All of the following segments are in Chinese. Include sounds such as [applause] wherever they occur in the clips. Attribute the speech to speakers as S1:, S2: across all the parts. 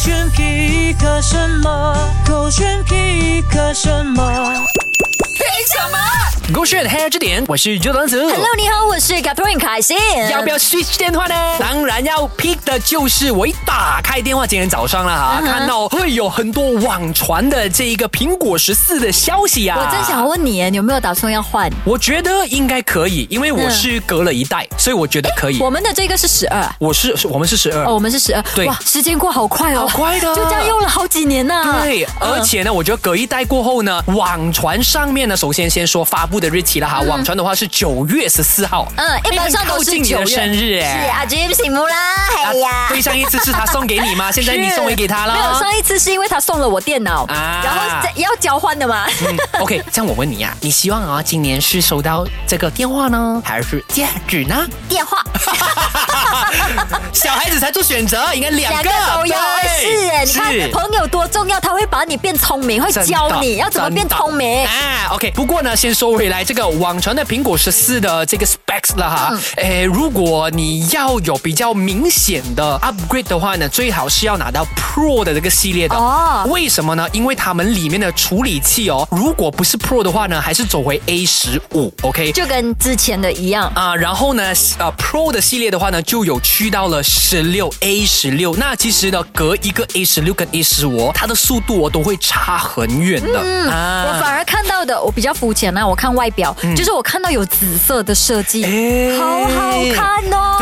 S1: 选皮克什么？狗选皮克什么？
S2: 勾选 Hair 这点，我是 j o r d a n 子。
S3: Hello，你好，我是 Catherine 凯欣。
S2: 要不要 switch 电话呢？当然要 pick 的就是我一打开电话，今天早上了哈，
S3: 嗯
S2: 看到会有很多网传的这一个苹果十四的消息啊。
S3: 我正想问你，你有没有打算要换？
S2: 我觉得应该可以，因为我是隔了一代，所以我觉得可以。
S3: 我们的这个是十二，
S2: 我是是我们是十二、
S3: 哎哦，我们是十二。
S2: 对
S3: 哇，时间过好快哦，
S2: 好快的
S3: 就这样用了好几年呐、
S2: 对，而且呢，我觉得隔一代过后呢，网传上面呢，首先先说发布的日期了哈。网传的话是九月十四号，
S3: 嗯，一般上
S2: 哎很
S3: 都
S2: 靠
S3: 是
S2: 近你
S3: 九
S2: 的
S3: 月。
S2: 生日哎
S3: 是。啊阿 j i m 醒目啦，哎呀。
S2: 啊对上一次是他送给
S3: [laughs]
S2: 你嘛，现在你送回给他了。
S3: 没有，上一次是因为他送了我电脑，
S2: 啊
S3: 然后这要交换的嘛。
S2: 嗯 OK，这样我问你呀、你希望啊，今年是收到这个电话呢，还是戒指呢？
S3: [laughs] 电话
S2: 小孩子才做选择，应该两
S3: 两
S2: 个
S3: 个都要，是哎，
S2: 对
S3: 你看朋友多重要，他会把你变聪明，会
S2: 真的
S3: 教你要怎么变
S2: 真的
S3: 聪明。
S2: 啊，OK。不过呢，先说回来，这个网传的苹果十四的这个 specs 了
S3: 嗯
S2: 哈，诶、如果你要有比较明显的 upgrade 的话呢，最好是要拿到 Pro 的这个系列的。
S3: 哦
S2: 为什么呢？因为它们里面的处理器哦，如果不是 Pro 的话呢，还是走回 A 十五，OK。
S3: 就跟之前的一样。
S2: 啊、然后呢，呃，Pro 的系列的话呢，就有去到了十六 A 十六。那其实呢，隔一个 A 十六跟 A 十五、哦，它的速度哦都会差很远的、啊。
S3: 我反而看到的，我比较肤浅啊，我看外表，就是我看到有紫色的设计，
S2: 嗯哎
S3: 好好看哦。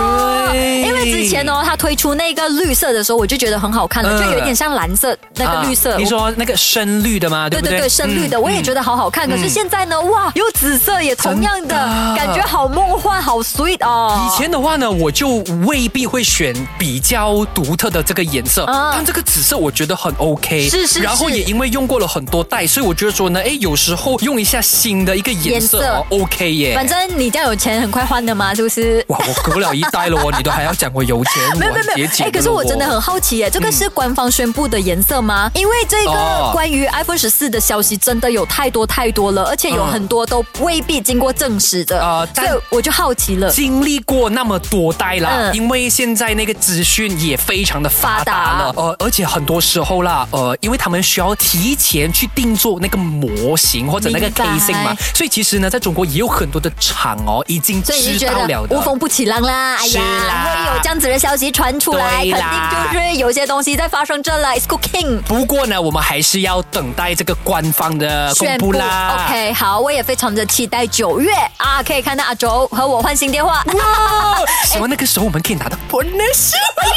S2: 对
S3: 因为之前哦，它推出那个绿色的时候，我就觉得很好看了，
S2: 嗯
S3: 就有点像蓝色那
S2: 啊
S3: 个绿色。
S2: 你说那个深绿的吗？对嗯
S3: 对
S2: 不
S3: 对对，深绿的，我也觉得好好看。可是现在呢，哇，有紫色也同样
S2: 真
S3: 的
S2: 的
S3: 感觉，好梦幻，好 sweet 哦。
S2: 以前的话呢，我就未必会选比较独特的这个颜色，
S3: 啊
S2: 但这个紫色我觉得很 OK。
S3: 是是
S2: 然后
S3: 是
S2: 也因为用过了很多代，所以我觉得说呢，哎，有时候用一下新的一个颜色
S3: 颜色
S2: 哦，OK 耶。
S3: 反正你这样有钱，很快换的嘛，是不是？
S2: 哇，我隔了一代了哦，你都还要讲我有钱，
S3: [laughs] 没有
S2: 我
S3: 没有没
S2: 节
S3: 有，
S2: 俭了哦。
S3: 可是我真的很好奇耶，这个是官方宣布的颜色吗？因为这
S2: 嗯哦
S3: 个关于 iPhone 十四的消息真的有太多太多了，而且有
S2: 嗯
S3: 很多都未必经过证实的，
S2: 呃
S3: 所
S2: 但
S3: 以我就好奇了。
S2: 经历过那么多代啦，
S3: 嗯
S2: 因为现在那个资讯也非常的发达了
S3: 发达，
S2: 呃，而且很多时候啦，呃，因为他们需要提前去定做那个模型或者那个
S3: 明白
S2: casing 嘛，所以其实呢，在中国也有很多的厂哦，已经
S3: 所以你
S2: 知
S3: 就觉
S2: 道
S3: 得
S2: 了
S3: 无
S2: 的。
S3: 风不起浪啦，哎
S2: 是
S3: 呀，
S2: 啦
S3: 会有这样子的消息传出来，肯
S2: 对啦
S3: 定就是有些东西在发生着了，it's cooking。
S2: 不过呢，我们还是要等待这个官方的呃公
S3: 宣
S2: 布啦。
S3: OK，好，我也非常的期待九月啊，可以看到阿轴和我换新电话。
S2: 哦希望那个时候我们可以拿到 bonus。
S3: 哎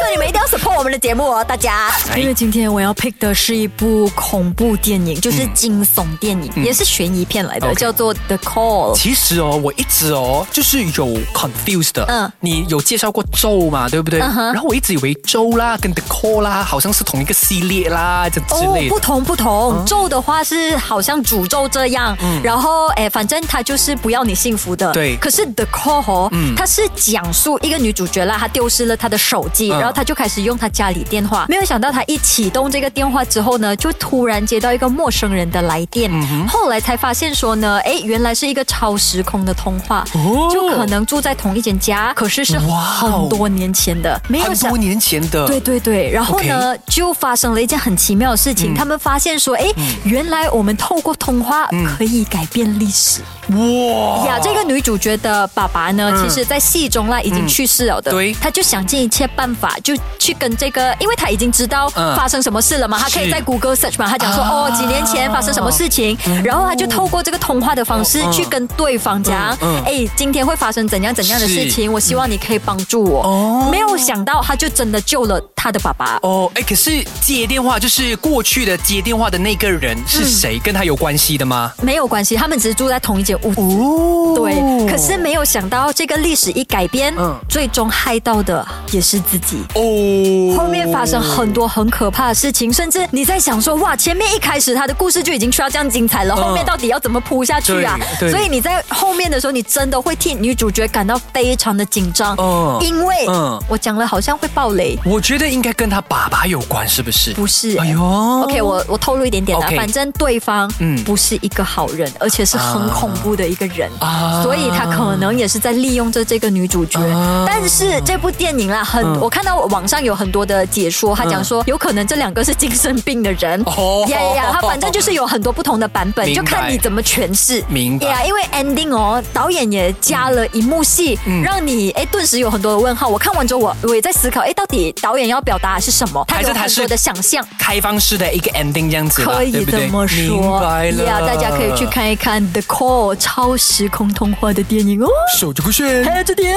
S3: 所以你们一定要 support 我们的节目哦，大家。
S2: 哎
S3: 因为今天我要 pick 的是一部恐怖电影，就是惊悚电影，也是悬疑片来的，
S2: OK
S3: 叫做《The Call》。
S2: 其实哦，我一直哦就是有 confused 的。
S3: 嗯
S2: 你有介绍过咒嘛，对不对？
S3: 嗯哼
S2: 然后我一直以为咒啦跟 The Call 啦好像是同一个系列啦，这之类的。嗯
S3: 哦不同不同，咒的话是好像诅咒这样，然后哎，反正他就是不要你幸福的。
S2: 对嗯
S3: 可是 The Call 哦，它是讲述一个女主角啦，她丢失了她的手机，
S2: 嗯
S3: 然后她就开始用她家里电话，没有想到她一启动这个电话之后呢，就突然接到一个陌生人的来电，
S2: 嗯
S3: 后来才发现说呢，哎，原来是一个超时空的通话，
S2: 哦
S3: 就可能住在同一间家，可是是
S2: 哇哦
S3: 很多年前的，没有
S2: 很
S3: 想
S2: 多年前的，
S3: 对对对，然后呢就发生了一件很奇妙的事情，他们发现说，哎，原来我们透过通话可以改变历史。
S2: 哇
S3: 呀，这个女主角的爸爸呢，其实在戏中啦已经去世了的，
S2: 嗯对
S3: 他就想尽一切办法，就去跟这个，因为他已经知道
S2: 嗯
S3: 发生什么事了嘛，他可以
S2: 是
S3: 在谷歌 search 嘛，他讲说
S2: 啊
S3: 哦几年前发生什么事情，然后他就透过这个通话的方式
S2: 哦嗯
S3: 去跟对方讲
S2: 嗯嗯，
S3: 哎，今天会发生怎样怎样的事
S2: 是
S3: 情，我希望你可以帮助我
S2: 哦。
S3: 没有想到，他就真的救了他的爸爸。
S2: 哦，哎，可是接电话就是过去的接电话的那个人是谁？跟他有关系的吗？
S3: 没有关系，他们只是住在同一间屋子。
S2: 哦，
S3: 对，可是没有想到这个历史一改编，
S2: 嗯
S3: 最终害到的也是自己。
S2: 哦，
S3: 后面发生很多很可怕的事情，甚至你在想说，哇，前面一开始他的故事就已经需要这样精彩了，后面到底要怎么铺下去啊？
S2: 嗯对对
S3: 所以你在后面的时候，你真的会替女主角感到非常的紧张，
S2: 嗯
S3: 因为
S2: 嗯
S3: 我讲了好像会爆雷，
S2: 我觉得应该跟他爸爸有关，是不是？
S3: 不是、
S2: 哎呦
S3: OK，我我透露一点点啦
S2: OK
S3: 反正对方
S2: 嗯
S3: 不是一个好人，而且是很恐怖的一个人，
S2: 啊
S3: 所以他可能也是在利用着这个女主角。
S2: 啊嗯
S3: 但是这部电影啦，很、我看到网上有很多的解说，他讲说有可能这两个是精神病的人。
S2: 哦
S3: 呀呀呀，他反正就是有很多不同的版本，
S2: 明白
S3: 就看你怎么诠释。
S2: 明白
S3: 呀因为 ending 哦，导演也加了一幕戏，让你哎顿时有很多的问号。我看完之后，我我也在思考，哎，到底导演要表达的是什么？他
S2: 还
S3: 有
S2: 是他
S3: 很
S2: 是
S3: 多的想象。
S2: 开放式的一个 ending 这样子啦，
S3: 可以
S2: 对不
S3: 这
S2: 对
S3: 么说，
S2: 明白了
S3: 呀大家可以去看一看《The Call》超时空通话的电影哦。
S2: 手机酷炫。
S3: 还有这点。